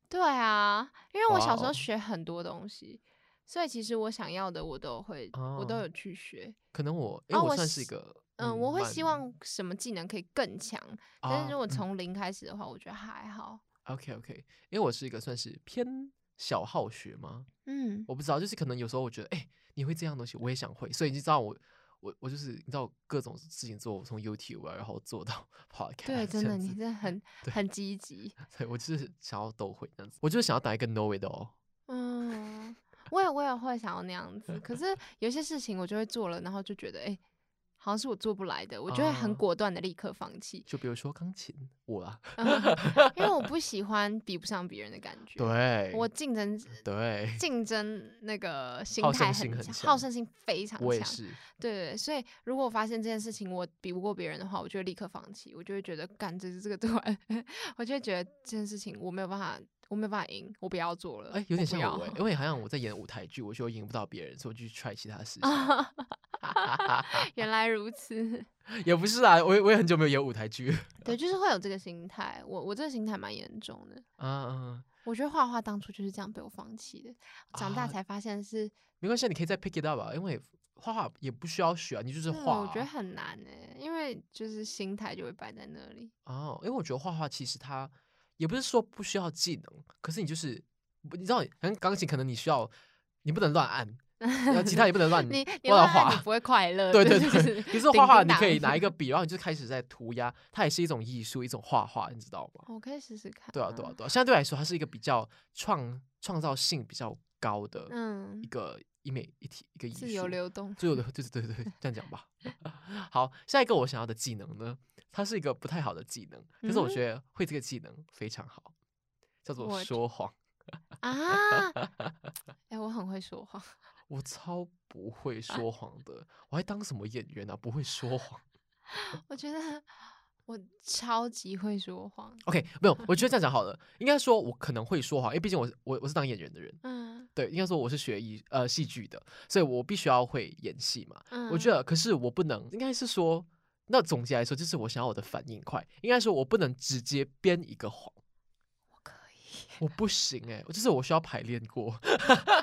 Speaker 2: 对啊，因为我小时
Speaker 1: 哇
Speaker 2: 候
Speaker 1: 哦
Speaker 2: 学很多东西，所以其实我想要的我都会，我都
Speaker 1: 哦
Speaker 2: 有去学。
Speaker 1: 可能我，因
Speaker 2: 啊
Speaker 1: 为我
Speaker 2: 我
Speaker 1: 算是一
Speaker 2: 希
Speaker 1: 个，
Speaker 2: 嗯，我会
Speaker 1: 蛮
Speaker 2: 希，望什么技能可以更强，但
Speaker 1: 啊
Speaker 2: 是如果
Speaker 1: 嗯
Speaker 2: 从零开始的话，我觉得还好。
Speaker 1: OK OK，因为我是一个算是偏小好学吗？
Speaker 2: 嗯，
Speaker 1: 我不知道，就是可能有时候我觉得，哎、你会这样的东西，我也想会，所以你知道我，我我就是你知道我各种事情做，我从 YouTube 啊，然后做到 <laughs> Podcast，
Speaker 2: 对，
Speaker 1: 这
Speaker 2: 真的，
Speaker 1: 样
Speaker 2: 你
Speaker 1: 子
Speaker 2: 真的很
Speaker 1: 对
Speaker 2: 很
Speaker 1: <laughs>
Speaker 2: 积极。
Speaker 1: 对我就是想要都会这样子，我就是想要打一个 No It 哦，
Speaker 2: 嗯，我也我也会想要那样子，可
Speaker 1: <laughs>
Speaker 2: 是有些事情我就会做了，然后就觉得，哎、好像是我做不来的，我就会
Speaker 1: 啊，
Speaker 2: 很果断的立刻放弃
Speaker 1: <laughs> 就比如说钢琴，我啊啦，
Speaker 2: 嗯因为我不喜欢比不上别人的
Speaker 1: <laughs>
Speaker 2: 感觉。，
Speaker 1: 对，
Speaker 2: 我竞争
Speaker 1: 对， <laughs>
Speaker 2: 竞争那个心
Speaker 1: 好
Speaker 2: 态
Speaker 1: 胜心
Speaker 2: 很
Speaker 1: 很
Speaker 2: 强，
Speaker 1: 强
Speaker 2: 好胜心非常
Speaker 1: 我也
Speaker 2: 强。
Speaker 1: 是，
Speaker 2: 对对对，所以如果我发现这件事情我比不过别人的话，我就会立刻放弃，我就会觉得干这这个对我来， <laughs> 我就会觉得这件事情我没有办法，我没有办法赢，呃我不要做了。
Speaker 1: 哎、有点
Speaker 2: 不
Speaker 1: 像
Speaker 2: 要
Speaker 1: 我、欸，因为好像我在演舞台剧，我就赢不到别人，所以我就去 try 其他事情，
Speaker 2: <laughs> 啊，原来如此， <laughs>
Speaker 1: 也不是啊，我也我也很久没有演舞台剧
Speaker 2: 对，就是会有这个心态。我我这个心态蛮严重的，
Speaker 1: 啊啊，
Speaker 2: 我觉得画画当初就是这样被我放弃的，长大
Speaker 1: 啊
Speaker 2: 才发现是，
Speaker 1: 没关系啊，你可以再 pick it up 啊，因为画画也不需要学啊，你就是
Speaker 2: 对
Speaker 1: 画啊、
Speaker 2: 我觉得很难诶、因为就是心态就会摆在那里。
Speaker 1: 哦，因为我觉得画画其实它也不是说不需要技能，可是你就是你知道，像钢琴可能你需要，你不能乱按，然后吉他也不能乱
Speaker 2: <laughs> 你你
Speaker 1: 乱
Speaker 2: 会按你
Speaker 1: 画。
Speaker 2: 不会快乐，
Speaker 1: 对
Speaker 2: 这
Speaker 1: 对
Speaker 2: 就
Speaker 1: 对，可是
Speaker 2: 叮
Speaker 1: 画画
Speaker 2: 叮
Speaker 1: 你可以
Speaker 2: 当
Speaker 1: 拿一个笔，然后你就开始在涂鸦，它也是一种艺术，一种画画，你知道吗？
Speaker 2: 我可以试试看。
Speaker 1: 对啊，对啊，，对啊。相对来说，它是一个比较创创造性比较高的
Speaker 2: 嗯
Speaker 1: 一，个一美一体一个艺术。
Speaker 2: 自由流动。
Speaker 1: <laughs> 最后的对对对对，这样讲吧。 <laughs> 好，下一个我想要的技能呢，它是一个不太好的技能，可是我
Speaker 2: 嗯
Speaker 1: 觉得会这个技能非常好，叫做
Speaker 2: 我
Speaker 1: 说谎。
Speaker 2: <laughs>
Speaker 1: <laughs>
Speaker 2: 啊，哎、我很会说话，
Speaker 1: 我超不
Speaker 2: 啊
Speaker 1: 会说谎的，我还当什么演员啊？不会说谎。
Speaker 2: 我觉得我超级会说谎。
Speaker 1: OK，没有，我觉得这样讲好了。应该说，我可能会说谎，因为毕竟我是我我是当演员的人，
Speaker 2: 嗯
Speaker 1: 对，应该说我是学艺呃戏剧的，所以我必须要会演戏嘛。
Speaker 2: 嗯，
Speaker 1: 我觉得，可是我不能，应该是说，那总结来说，就是我想要我的反应快。应该说，我不能直接编一个谎。
Speaker 2: 我可以。
Speaker 1: 我不行哎、我就是我需要排练过， <laughs>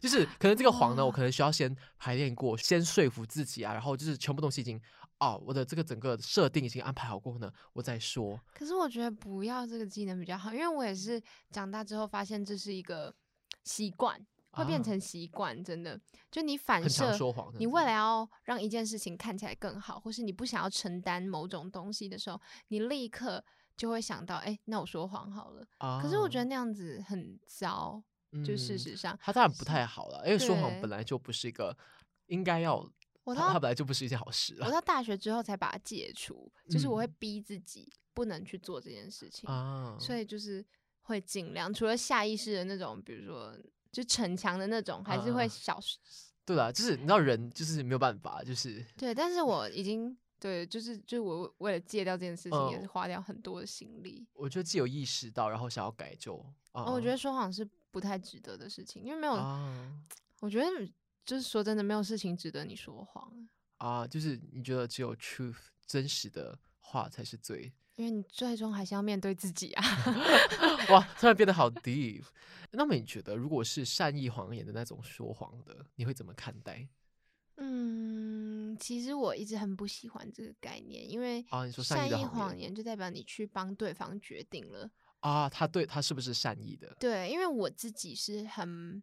Speaker 1: 就是可能这个谎呢，我
Speaker 2: 哇
Speaker 1: 可能需要先排练过，先说服自己啊，然后就是全部东西已经哦，我的这个整个设定已经安排好过后呢，我再说
Speaker 2: 可是我觉得不要这个技能比较好，因为我也是长大之后发现这是一个习惯。会变
Speaker 1: 啊
Speaker 2: 成习惯，真的。就你反
Speaker 1: 很常
Speaker 2: 射，
Speaker 1: 说谎这样子。
Speaker 2: 你为了要让一件事情看起来更好，或是你不想要承担某种东西的时候，你立刻就会想到，哎、那我说谎好了。
Speaker 1: 啊，
Speaker 2: 可是我觉得那样子很糟，就事
Speaker 1: 嗯
Speaker 2: 实上，
Speaker 1: 他当然不太好了，因为说谎
Speaker 2: 对
Speaker 1: 本来就不是一个应该要，
Speaker 2: 我
Speaker 1: 他
Speaker 2: 到
Speaker 1: 他本来就不是一件好事
Speaker 2: 我
Speaker 1: 了
Speaker 2: 到大学之后才把它戒除，就是我会
Speaker 1: 嗯
Speaker 2: 逼自己不能去做这件事情，
Speaker 1: 啊。
Speaker 2: 所以就是会尽量，除了下意识的那种，比如说就逞强的那种，还是
Speaker 1: 啊啊
Speaker 2: 会
Speaker 1: 啊
Speaker 2: 小、
Speaker 1: 对啦，就是你知道人就是没有办法，就是
Speaker 2: 对，但是我已经对，就是就是我为了戒掉这件事情，也
Speaker 1: 嗯
Speaker 2: 是花掉很多的心力。
Speaker 1: 我觉得既有意识到，然后想要改就啊、
Speaker 2: 然哦后我觉得说谎是不太值得的事情，因为没有，
Speaker 1: 啊
Speaker 2: 我觉得就是说真的，没有事情值得你说谎，
Speaker 1: 啊，就是你觉得只有 truth 真实的话才是最
Speaker 2: 因为你最终还是要面对自己啊。
Speaker 1: 哇，突然变得好 deep。那么你觉得，如果是善意谎言的那种说谎的，你会怎么看待
Speaker 2: 嗯，其实我一直很不喜欢这个概念，因为
Speaker 1: 啊你说善
Speaker 2: 善
Speaker 1: 意
Speaker 2: 意
Speaker 1: 的谎
Speaker 2: 谎
Speaker 1: 言
Speaker 2: 言就代表你去帮对方决定了。
Speaker 1: 啊？他对他是不是善意的？
Speaker 2: 对，因为我自己是很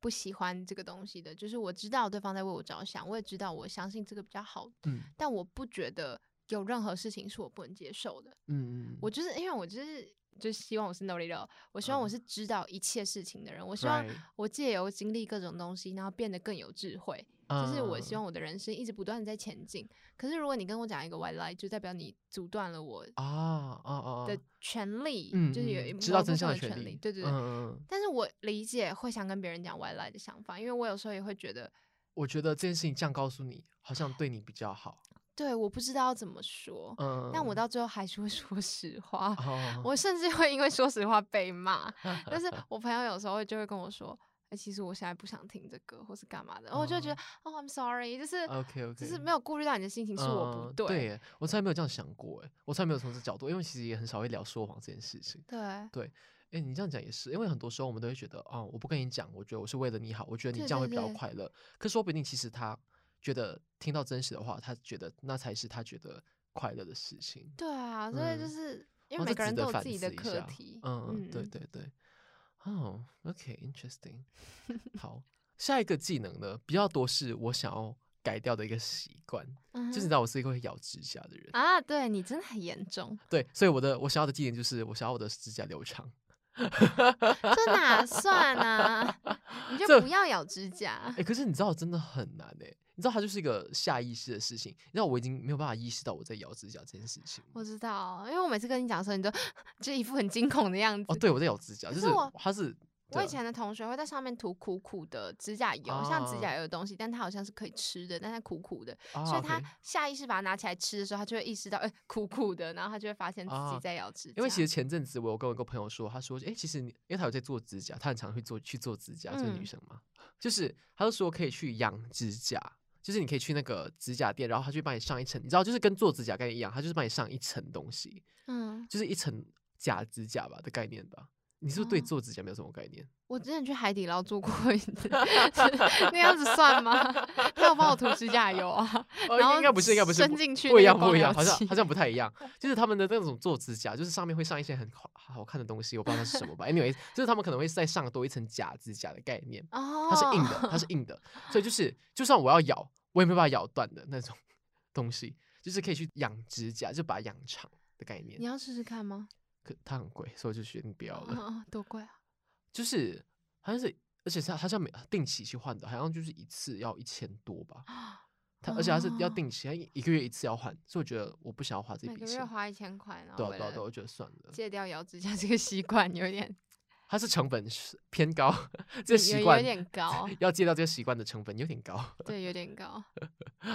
Speaker 2: 不喜欢这个东西的，就是我知道对方在为我着想，我也知道我相信这个比较好，
Speaker 1: 嗯
Speaker 2: 但我不觉得有任何事情是我不能接受的。
Speaker 1: 嗯，嗯
Speaker 2: 我就是因为我就是就希望我是 no l i t t 我希望我
Speaker 1: 嗯
Speaker 2: 是知道一切事情的人，我希望
Speaker 1: Right
Speaker 2: 我借由经历各种东西，然后变得更有智慧。就是我希
Speaker 1: 嗯
Speaker 2: 望我的人生一直不断的在前进。可是如果你跟我讲一个 white lie，就代表你阻断了我
Speaker 1: 啊啊啊
Speaker 2: 的
Speaker 1: 啊
Speaker 2: 权利，
Speaker 1: 嗯
Speaker 2: 就是有
Speaker 1: 嗯
Speaker 2: 某
Speaker 1: 知道
Speaker 2: 部
Speaker 1: 真
Speaker 2: 分
Speaker 1: 相
Speaker 2: 的
Speaker 1: 的权
Speaker 2: 权
Speaker 1: 利
Speaker 2: 对对对。
Speaker 1: 嗯嗯嗯
Speaker 2: 但是我理解会想跟别人讲 white lie 的想法，因为我有时候也会觉得，
Speaker 1: 我觉得这件事情这样告诉你，好像对你比较好。
Speaker 2: 对，我不知道要怎么说，
Speaker 1: 嗯，
Speaker 2: 但我到最后还是会说实话。
Speaker 1: 哦
Speaker 2: <laughs> 我甚至会因为说实话被骂，
Speaker 1: <laughs>
Speaker 2: 但是我朋友有时候就会跟我说：“哎、其实我现在不想听这个，或是干嘛的。”然后我就觉得：“哦，I'm sorry，就是
Speaker 1: OK 嗯哦 OK，
Speaker 2: 就是没有顾虑到你的心情，是我不对。
Speaker 1: 嗯对耶，我从来没有这样想过，哎，我从来没有从这角度，因为其实也很少会聊说谎这件事情。
Speaker 2: 对
Speaker 1: 哎，你这样讲也是，因为很多时候我们都会觉得，哦，我不跟你讲，我觉得我是为了你好，我觉得你
Speaker 2: 对
Speaker 1: 这样
Speaker 2: 对
Speaker 1: 会比较
Speaker 2: 对
Speaker 1: 快乐。可说不定其实他觉得听到真实的话，他觉得那才是他觉得快乐的事情。
Speaker 2: 对啊，所以就
Speaker 1: 嗯
Speaker 2: 是、因
Speaker 1: 哦
Speaker 2: 为每
Speaker 1: 这
Speaker 2: 个
Speaker 1: 值
Speaker 2: 人
Speaker 1: 得
Speaker 2: 都有
Speaker 1: 反
Speaker 2: 自己的
Speaker 1: 思一
Speaker 2: 课
Speaker 1: 下
Speaker 2: 题。
Speaker 1: 嗯嗯，对对对。哦、o k i n t e r e s t i n g <laughs> 好，下一个技能呢，比较多是我想要改掉的一个习惯，
Speaker 2: 嗯
Speaker 1: 就是你知
Speaker 2: 哼
Speaker 1: 道我是一个会咬指甲的人，
Speaker 2: 啊，对你真的很严重，
Speaker 1: 对，所以我的我想要的技能就是我想要我的指甲留长。
Speaker 2: 啊这哪算啊？你就
Speaker 1: 这
Speaker 2: 不要咬指甲
Speaker 1: 哎、。可是你知道真的很难哎、你知道它就是一个下意识的事情，你知道我已经没有办法意识到我在咬指甲这件事情。
Speaker 2: 我知道，因为我每次跟你讲的时候，你都 <laughs> 就一副很惊恐的样子。
Speaker 1: 哦，对，我在咬指甲，
Speaker 2: 可
Speaker 1: 就是是
Speaker 2: 我
Speaker 1: 它是
Speaker 2: 我
Speaker 1: 对
Speaker 2: 以前的同学会在上面涂苦苦的指甲油，像指甲油的东西，但它好像是可以吃的，但它苦苦的，
Speaker 1: 啊
Speaker 2: 所以
Speaker 1: 哦 OK
Speaker 2: 他下意识把它拿起来吃的时候，他就会意识到，哎、苦苦的，然后他就会发现自己
Speaker 1: 啊
Speaker 2: 在咬指甲。
Speaker 1: 因为其实前阵子我有跟我一个朋友说，他说，哎、其实你，因为他有在做指甲，他很常会做去做指甲，这个女
Speaker 2: 嗯
Speaker 1: 生嘛，就是他就说可以去养指甲，就是你可以去那个指甲店，然后他去帮你上一层，你知道，就是跟做指甲概念一样，他就是帮你上一层东西，
Speaker 2: 嗯，
Speaker 1: 就是一层假指甲吧的概念吧。你是不是对
Speaker 2: 哦
Speaker 1: 做指甲没有什么概念？
Speaker 2: 我之前去海底捞做过一次，那样子算吗？他有帮我涂指甲油啊，
Speaker 1: 呃应
Speaker 2: 然后
Speaker 1: 应该不是，应该不是，
Speaker 2: 伸进去
Speaker 1: 不一
Speaker 2: 那个
Speaker 1: 样，不
Speaker 2: 光
Speaker 1: 一
Speaker 2: 疗
Speaker 1: 样，好像
Speaker 2: 器
Speaker 1: 好像不太一样。就是他们的那种做指甲，就是上面会上一些很好好看的东西，我不知道那是什
Speaker 2: <laughs>
Speaker 1: 么吧。anyway，就是他们可能会再上多一层假指甲的概念。
Speaker 2: 哦，
Speaker 1: 它是硬的，它是硬的，所以就是就算我要咬，我也没办法咬断的那种 <laughs> 东西，就是可以去养指甲，就把它养长的概念
Speaker 2: 你。要试试看吗？
Speaker 1: 可它很贵，所以我就决定不要
Speaker 2: 啊、
Speaker 1: 了。
Speaker 2: 哦，多贵啊！
Speaker 1: 就是好像是，而且它它像每定期去换的，好像就是一次要一千多吧。它而且它是要
Speaker 2: 啊哦
Speaker 1: 定期，它一一个月一次要换，所以我觉得我不想要花这
Speaker 2: 每
Speaker 1: 笔
Speaker 2: 个
Speaker 1: 钱
Speaker 2: 月。花一千块，然
Speaker 1: 对
Speaker 2: 后
Speaker 1: 啊
Speaker 2: 为
Speaker 1: 对啊对啊，
Speaker 2: 了
Speaker 1: 我觉得算了，
Speaker 2: 戒掉咬指甲这 <laughs> 个习惯，有点
Speaker 1: 它是成本是偏高， <laughs> 这个
Speaker 2: 有
Speaker 1: 习
Speaker 2: 有
Speaker 1: 惯
Speaker 2: 有点高，
Speaker 1: 要戒掉这个习惯的成本有点高。
Speaker 2: 对，有点高。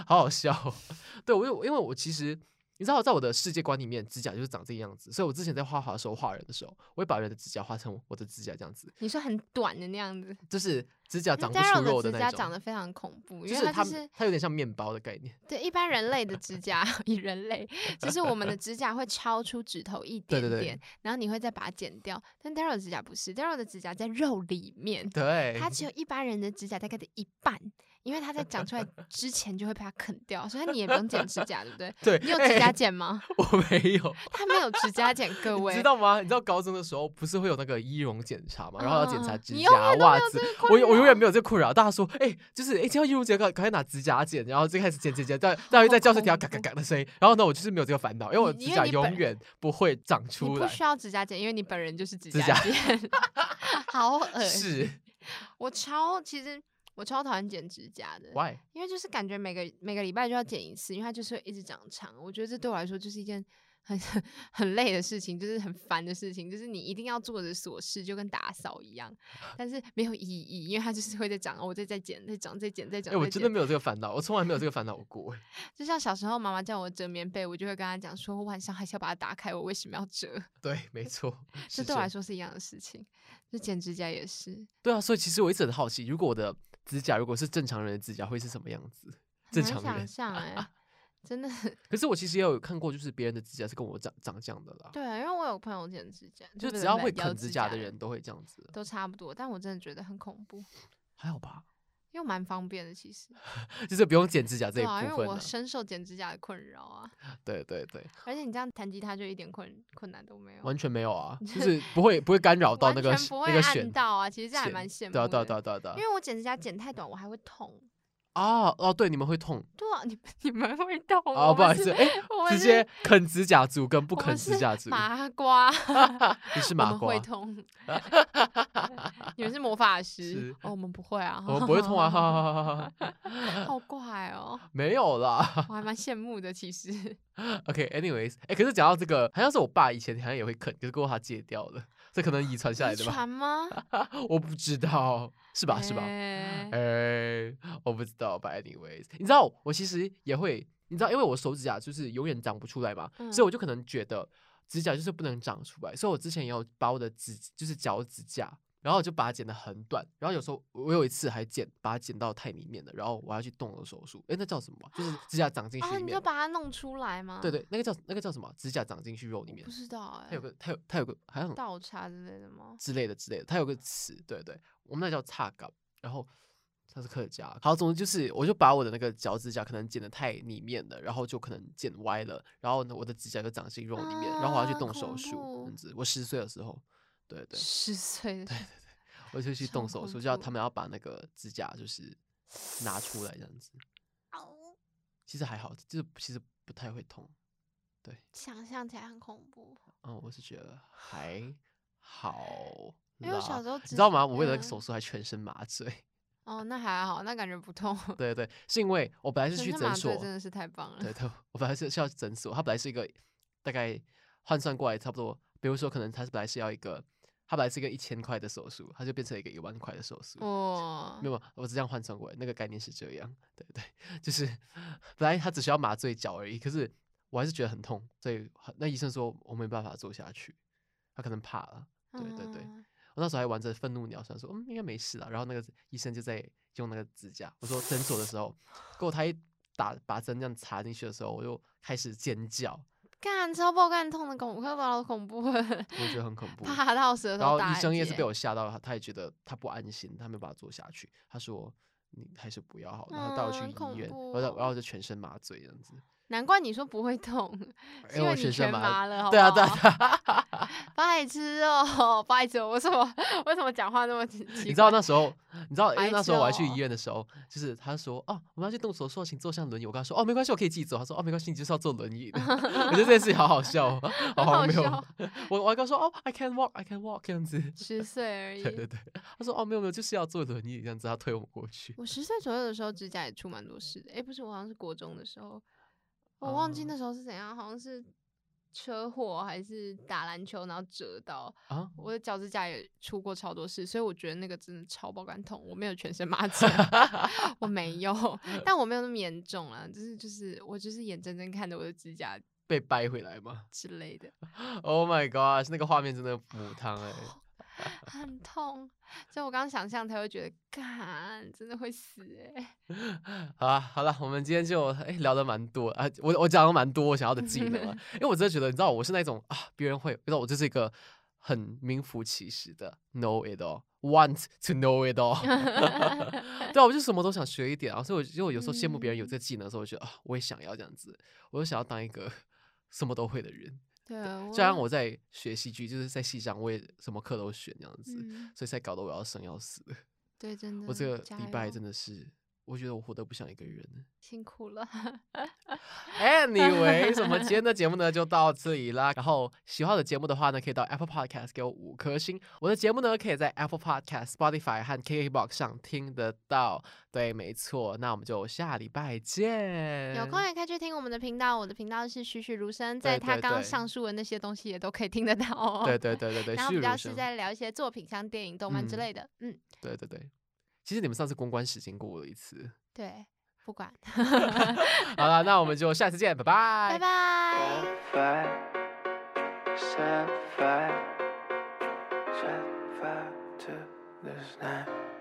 Speaker 1: 好好笑哦、 <laughs> 对我有，因为我其实你知道，在我的世界观里面，指甲就是长这个样子。所以我之前在画画的时候，画人的时候，我会把人的指甲画成我的指甲这样子，
Speaker 2: 你说很短的那样子，
Speaker 1: 就是指甲长不
Speaker 2: Daryl
Speaker 1: 出肉
Speaker 2: 的指
Speaker 1: 那
Speaker 2: 甲
Speaker 1: 一
Speaker 2: 长
Speaker 1: 种。
Speaker 2: 得非常恐怖，
Speaker 1: 就
Speaker 2: 因
Speaker 1: 是
Speaker 2: 为
Speaker 1: 它，
Speaker 2: 它就是
Speaker 1: 它有点像面包的概念。 <laughs>
Speaker 2: 对一般人类的指甲， <laughs> 以人类就是我们的指甲会超出指头一
Speaker 1: 对
Speaker 2: 点
Speaker 1: 对
Speaker 2: 点，
Speaker 1: 对
Speaker 2: 然后你会再把它剪掉。但 Daryl 的指甲不是，Daryl 的指甲在肉里面，
Speaker 1: 对，
Speaker 2: 它只有一般人的指甲大概的一半，因为它在长出
Speaker 1: <laughs>
Speaker 2: 来之前就会被它啃掉，所以你也不用剪指甲，对不对？
Speaker 1: 对，
Speaker 2: 你有
Speaker 1: 哎
Speaker 2: 指甲剪吗？
Speaker 1: 我没有，
Speaker 2: 它没有指甲剪，
Speaker 1: <laughs>
Speaker 2: 各
Speaker 1: 你
Speaker 2: 位
Speaker 1: 知。道吗？你知道高中的时候不是会有那个仪容检查吗？然后要检
Speaker 2: 嗯嗯
Speaker 1: 查
Speaker 2: 嗯
Speaker 1: 指
Speaker 2: 你永
Speaker 1: 甲、
Speaker 2: 远都
Speaker 1: 袜
Speaker 2: 没有
Speaker 1: 子
Speaker 2: 这个。
Speaker 1: 我
Speaker 2: 困
Speaker 1: 我永远
Speaker 2: 扰
Speaker 1: 没有这个困扰。大家说，哎、就是哎，今天要仪容检查，赶快拿指甲剪，然后就开始剪剪剪，大大约在教室听到嘎嘎嘎的声音。然后呢，我就是没有这个烦恼，因为我
Speaker 2: 哦你
Speaker 1: 指
Speaker 2: 因为
Speaker 1: 甲
Speaker 2: 你
Speaker 1: 永
Speaker 2: 本
Speaker 1: 远不会长
Speaker 2: 你
Speaker 1: 出
Speaker 2: 不
Speaker 1: 来。
Speaker 2: 需要指甲剪，因为你本人就是指
Speaker 1: 指
Speaker 2: 甲
Speaker 1: 甲
Speaker 2: 剪， <laughs> 好恶心。
Speaker 1: 是
Speaker 2: 我超其实我超讨厌剪指甲的， <laughs>
Speaker 1: ，why？
Speaker 2: 因为就是感觉每个每个礼拜就要剪一次，因为它就是会一直长长。我觉得这对我来说就是一件很 <laughs> 很累的事情，就是很烦的事情，就是你一定要做的琐事，就跟打扫
Speaker 1: <laughs>
Speaker 2: 一样，但是没有意义，因为它就是会在长，我再再剪，再长，再剪，再
Speaker 1: 哎、
Speaker 2: 长，
Speaker 1: 我
Speaker 2: 再
Speaker 1: 真的
Speaker 2: 剪
Speaker 1: 没有这个烦恼，我从来没有这个烦恼过。 <laughs>
Speaker 2: 就像小时候妈妈叫我折棉被，我就会跟她讲说，我晚上还是要把它打开，我为什么要折？
Speaker 1: 对，没错，
Speaker 2: <laughs> 这
Speaker 1: 嗯是
Speaker 2: 对
Speaker 1: 这
Speaker 2: 我来
Speaker 1: 样
Speaker 2: 说是一样的事情，就剪指甲也是。
Speaker 1: 对啊，所以其实我一直很好奇，如果我的指甲如果是正常人的指甲会是什么样子？
Speaker 2: 很
Speaker 1: 正常
Speaker 2: 难想
Speaker 1: 人。 <laughs>
Speaker 2: 象哎、真的 <laughs>
Speaker 1: 可是我其实也有看过，就是别人的指甲是跟我长长这样的啦，
Speaker 2: 对啊，因为我有朋友
Speaker 1: <laughs>
Speaker 2: 剪指甲，
Speaker 1: 就
Speaker 2: 不是
Speaker 1: 只要
Speaker 2: 不是
Speaker 1: 会
Speaker 2: 咬
Speaker 1: 啃指甲的
Speaker 2: 人
Speaker 1: 人都会这样子，
Speaker 2: 都差不多，但我真的觉得很恐怖，
Speaker 1: 还好吧？
Speaker 2: 因为蛮方便的其实，
Speaker 1: 就是不用剪指啊甲这
Speaker 2: 对
Speaker 1: 一
Speaker 2: 啊，因
Speaker 1: 部
Speaker 2: 为
Speaker 1: 分
Speaker 2: 我
Speaker 1: 啊。
Speaker 2: 深受剪指甲的困扰啊，
Speaker 1: 对对对，
Speaker 2: 而且你这样弹吉他就一点困困难都没有，
Speaker 1: 完全没有啊，就是不会不会干扰到
Speaker 2: 完
Speaker 1: 那个
Speaker 2: 全
Speaker 1: 是
Speaker 2: 不
Speaker 1: 那
Speaker 2: 会
Speaker 1: 个弦
Speaker 2: 按。到啊，其实这还
Speaker 1: 弦
Speaker 2: 蛮羡慕
Speaker 1: 对啊
Speaker 2: 的，
Speaker 1: 对啊对啊对啊对啊
Speaker 2: 因为我剪指甲剪太短，我还会痛。
Speaker 1: 啊哦对，你们会痛
Speaker 2: 对啊，你们你们会痛
Speaker 1: 啊，
Speaker 2: 我
Speaker 1: 不好
Speaker 2: 们
Speaker 1: 意思，
Speaker 2: 是
Speaker 1: 哎，
Speaker 2: 我们
Speaker 1: 直
Speaker 2: 是
Speaker 1: 接啃指甲族跟不
Speaker 2: 我
Speaker 1: 啃
Speaker 2: 们
Speaker 1: 指
Speaker 2: 是
Speaker 1: 甲族，
Speaker 2: 麻瓜，
Speaker 1: 你是 <laughs>
Speaker 2: 我
Speaker 1: 麻
Speaker 2: 们
Speaker 1: 瓜 <laughs>
Speaker 2: 会，痛，你们是魔法师
Speaker 1: 是
Speaker 2: 哦，我们不会啊，
Speaker 1: 我们不会痛啊，哈哈哈哈哈哈。
Speaker 2: 好怪哦，
Speaker 1: 没有啦。
Speaker 2: 我还蛮羡慕的。其实
Speaker 1: OK，anyways，、哎，可是讲到这个，好像是我爸以前好像也会啃，可是过后他戒掉了，这可能遗传下来
Speaker 2: 遗
Speaker 1: 的吧？
Speaker 2: 传
Speaker 1: <laughs>
Speaker 2: 吗？
Speaker 1: 我不知道，是吧？是吧？
Speaker 2: 哎 <laughs>
Speaker 1: 哎、我不知道吧？anyways，你知道我其实也会，你知道，因为我手指甲就是永远长不出来嘛，所以
Speaker 2: 嗯
Speaker 1: 我就可能觉得指甲就是不能长出来，所以我之前也有把我的指就是脚指甲。然后我就把它剪得很短，然后有时候我有一次还剪，把它剪到太里面了，然后我要去动了手术，哎，那叫什么啊？就是指甲长进去
Speaker 2: 啊，
Speaker 1: 里
Speaker 2: 你
Speaker 1: 面
Speaker 2: 就
Speaker 1: 嘛。
Speaker 2: 把它弄出来吗？
Speaker 1: 对，对，那个叫那个叫什么？啊指甲长进去肉里面
Speaker 2: 不，知道哎、
Speaker 1: 它有个它有它有个好像
Speaker 2: 倒插之类的吗？
Speaker 1: 之类的之类的，它有个词，对对，我们那叫叉嘎，然后它是客家。好，总之就是，我就把我的那个脚趾甲可能剪得太里面了，然后就可能剪歪了，然后呢，我的指甲就长进肉里面，然后我要去
Speaker 2: 啊
Speaker 1: 动手
Speaker 2: 恐
Speaker 1: 术，
Speaker 2: 怖
Speaker 1: 这样子。我十岁的时候，对对，
Speaker 2: 十岁的时候，
Speaker 1: 我就去动
Speaker 2: 超
Speaker 1: 手
Speaker 2: 恐
Speaker 1: 术，叫
Speaker 2: 怖
Speaker 1: 他们要把那个指甲就是拿出来这样子。其实还好，就是其实不太会痛。
Speaker 2: <laughs> 想象起来很恐怖。
Speaker 1: 嗯，我是觉得还好。
Speaker 2: 因为我小时候
Speaker 1: 你知道吗？
Speaker 2: 指
Speaker 1: 我为了那个
Speaker 2: 嗯
Speaker 1: 手术还全身麻醉。
Speaker 2: 哦，那还好，那感觉
Speaker 1: <laughs>
Speaker 2: 不痛。
Speaker 1: 对对，是因为我本来是
Speaker 2: 全
Speaker 1: 去
Speaker 2: 身
Speaker 1: 诊
Speaker 2: 麻
Speaker 1: 所
Speaker 2: 醉，真的是太棒了。
Speaker 1: 对对，我本来是是要去诊所，它本来是一个大概换算过来差不多，比如说可能它是本来是要一个，它本来是一个一千块的手术，它就变成一个一万块的手术。
Speaker 2: 哦哇
Speaker 1: 没，有，我只这样换算过来，那个概念是这样。对对，就是本来他只需要麻醉脚而已，可是我还是觉得很痛，所以那医生说我没办法做下去，他可能怕了。对对对
Speaker 2: 嗯
Speaker 1: 我那时候还玩着愤怒鸟，想说嗯应该没事了。然后那个医生就在用那个指甲，我说诊所的时候，给我他一打把针这样插进去的时候，我就开始尖叫，
Speaker 2: 干超爆干痛的恐怖，快把我恐怖了，
Speaker 1: 我就觉得很恐怖。
Speaker 2: 怕到舌
Speaker 1: 然
Speaker 2: 头
Speaker 1: 后
Speaker 2: 打
Speaker 1: 医
Speaker 2: 结
Speaker 1: 生也是被我吓到，他也觉得他不安心，他没有把它做下去。他说你还是不要好了，然后带我去
Speaker 2: 嗯恐
Speaker 1: 医院，
Speaker 2: 怖
Speaker 1: 然后
Speaker 2: 哦
Speaker 1: 然后就全身麻醉这样子，
Speaker 2: 难怪你说不会痛，是
Speaker 1: 因为
Speaker 2: 为
Speaker 1: 哎我
Speaker 2: 你
Speaker 1: 全身
Speaker 2: 全
Speaker 1: 麻。
Speaker 2: 麻哦了，好
Speaker 1: 对啊，
Speaker 2: 不
Speaker 1: 对啊
Speaker 2: 好，
Speaker 1: 对啊
Speaker 2: <laughs> 白痴哦， <laughs> 白痴哦，为什么为什么讲话那么奇怪？
Speaker 1: 你知道那时候，你知道，因
Speaker 2: 白
Speaker 1: 为那时候
Speaker 2: 痴
Speaker 1: 我还去
Speaker 2: 哦
Speaker 1: 医院的时候，就是他说，哦，我们要去动手术，请坐上轮椅。我跟他说，哦，没关系，我可以自己走。他说，哦，没关系，你就是要坐轮椅的。我觉得这件事情好好笑哦，好
Speaker 2: 很好
Speaker 1: 荒谬
Speaker 2: 笑
Speaker 1: 哦。我我还跟他说，哦，I can walk，I can walk 这样子。
Speaker 2: 十岁而已
Speaker 1: 对。对对，他说，哦，没有没有，就是要坐轮椅这样子。他推我们过去。
Speaker 2: 我十岁左右的时候，指甲也出蛮多事的。诶，不是，我好像是国中的时候，我忘记
Speaker 1: 哦
Speaker 2: 那时候是怎样，好像是车祸还是打篮球，然后折到
Speaker 1: 啊
Speaker 2: 我的脚趾甲也出过超多事，所以我觉得那个真的超爆肝痛。我没有全
Speaker 1: <laughs>
Speaker 2: 身麻醉，我没有，但我没有那么严重啊，就是就是我就是眼睁睁看着我的指甲
Speaker 1: 被掰回来吗
Speaker 2: 之类的，
Speaker 1: ？Oh my gosh，那个画面真的母汤哎、
Speaker 2: 很痛。所以我刚刚想象才会觉得，干真的会死诶。
Speaker 1: <laughs> 好啊，好了，我们今天就哎、聊的蛮多啊，我我讲了蛮多我想要的技能了，因为我真的觉得，你啊知道我是那种啊，别人会，你知道我就是一个很名副其实的 know it all， want to know it all 。对啊，我就什么都想学一点啊，所以我就我有时候羡慕别人有这个技能的时候，我就觉得啊、我也想要这样子，我就想要当一个 <laughs> 什么都会的人。
Speaker 2: 对，
Speaker 1: 就
Speaker 2: 哦
Speaker 1: 像啊我在学戏剧，就是在戏上我也什么课都选这样子，
Speaker 2: 嗯，
Speaker 1: 所以才搞得我要生要死。
Speaker 2: 对，真的，
Speaker 1: 我这个礼拜真
Speaker 2: 的
Speaker 1: 的是，我觉得我活得不像一个人。
Speaker 2: 辛苦了。 <laughs>
Speaker 1: Anyway，什么今天的节目呢就到这里啦。然后喜欢我的节目的话呢，可以到 Apple Podcast 给我五颗星。我的节目呢可以在 Apple Podcast、Spotify 和 KKBox 上听得到。对，没错。那我们就下礼拜见。
Speaker 2: 有空也可以去听我们的频道，我的频道是栩栩如生，
Speaker 1: 嗯对
Speaker 2: 在他
Speaker 1: 对
Speaker 2: 刚
Speaker 1: 对
Speaker 2: 上述的那些东西也都可以听得到哦。
Speaker 1: 对对对对对，
Speaker 2: 然后
Speaker 1: 虚
Speaker 2: 比
Speaker 1: 如
Speaker 2: 较
Speaker 1: 生
Speaker 2: 是在聊一些作品，像电影、动漫之
Speaker 1: 嗯
Speaker 2: 类的。嗯，
Speaker 1: 对对对。其实你们上次公关时间过我一
Speaker 2: <laughs>
Speaker 1: 次。
Speaker 2: 对，不管， <laughs>
Speaker 1: 好了，那我们就下次见，拜拜
Speaker 2: 拜。拜。
Speaker 3: Sapphire, sapphire, sapphire to this night.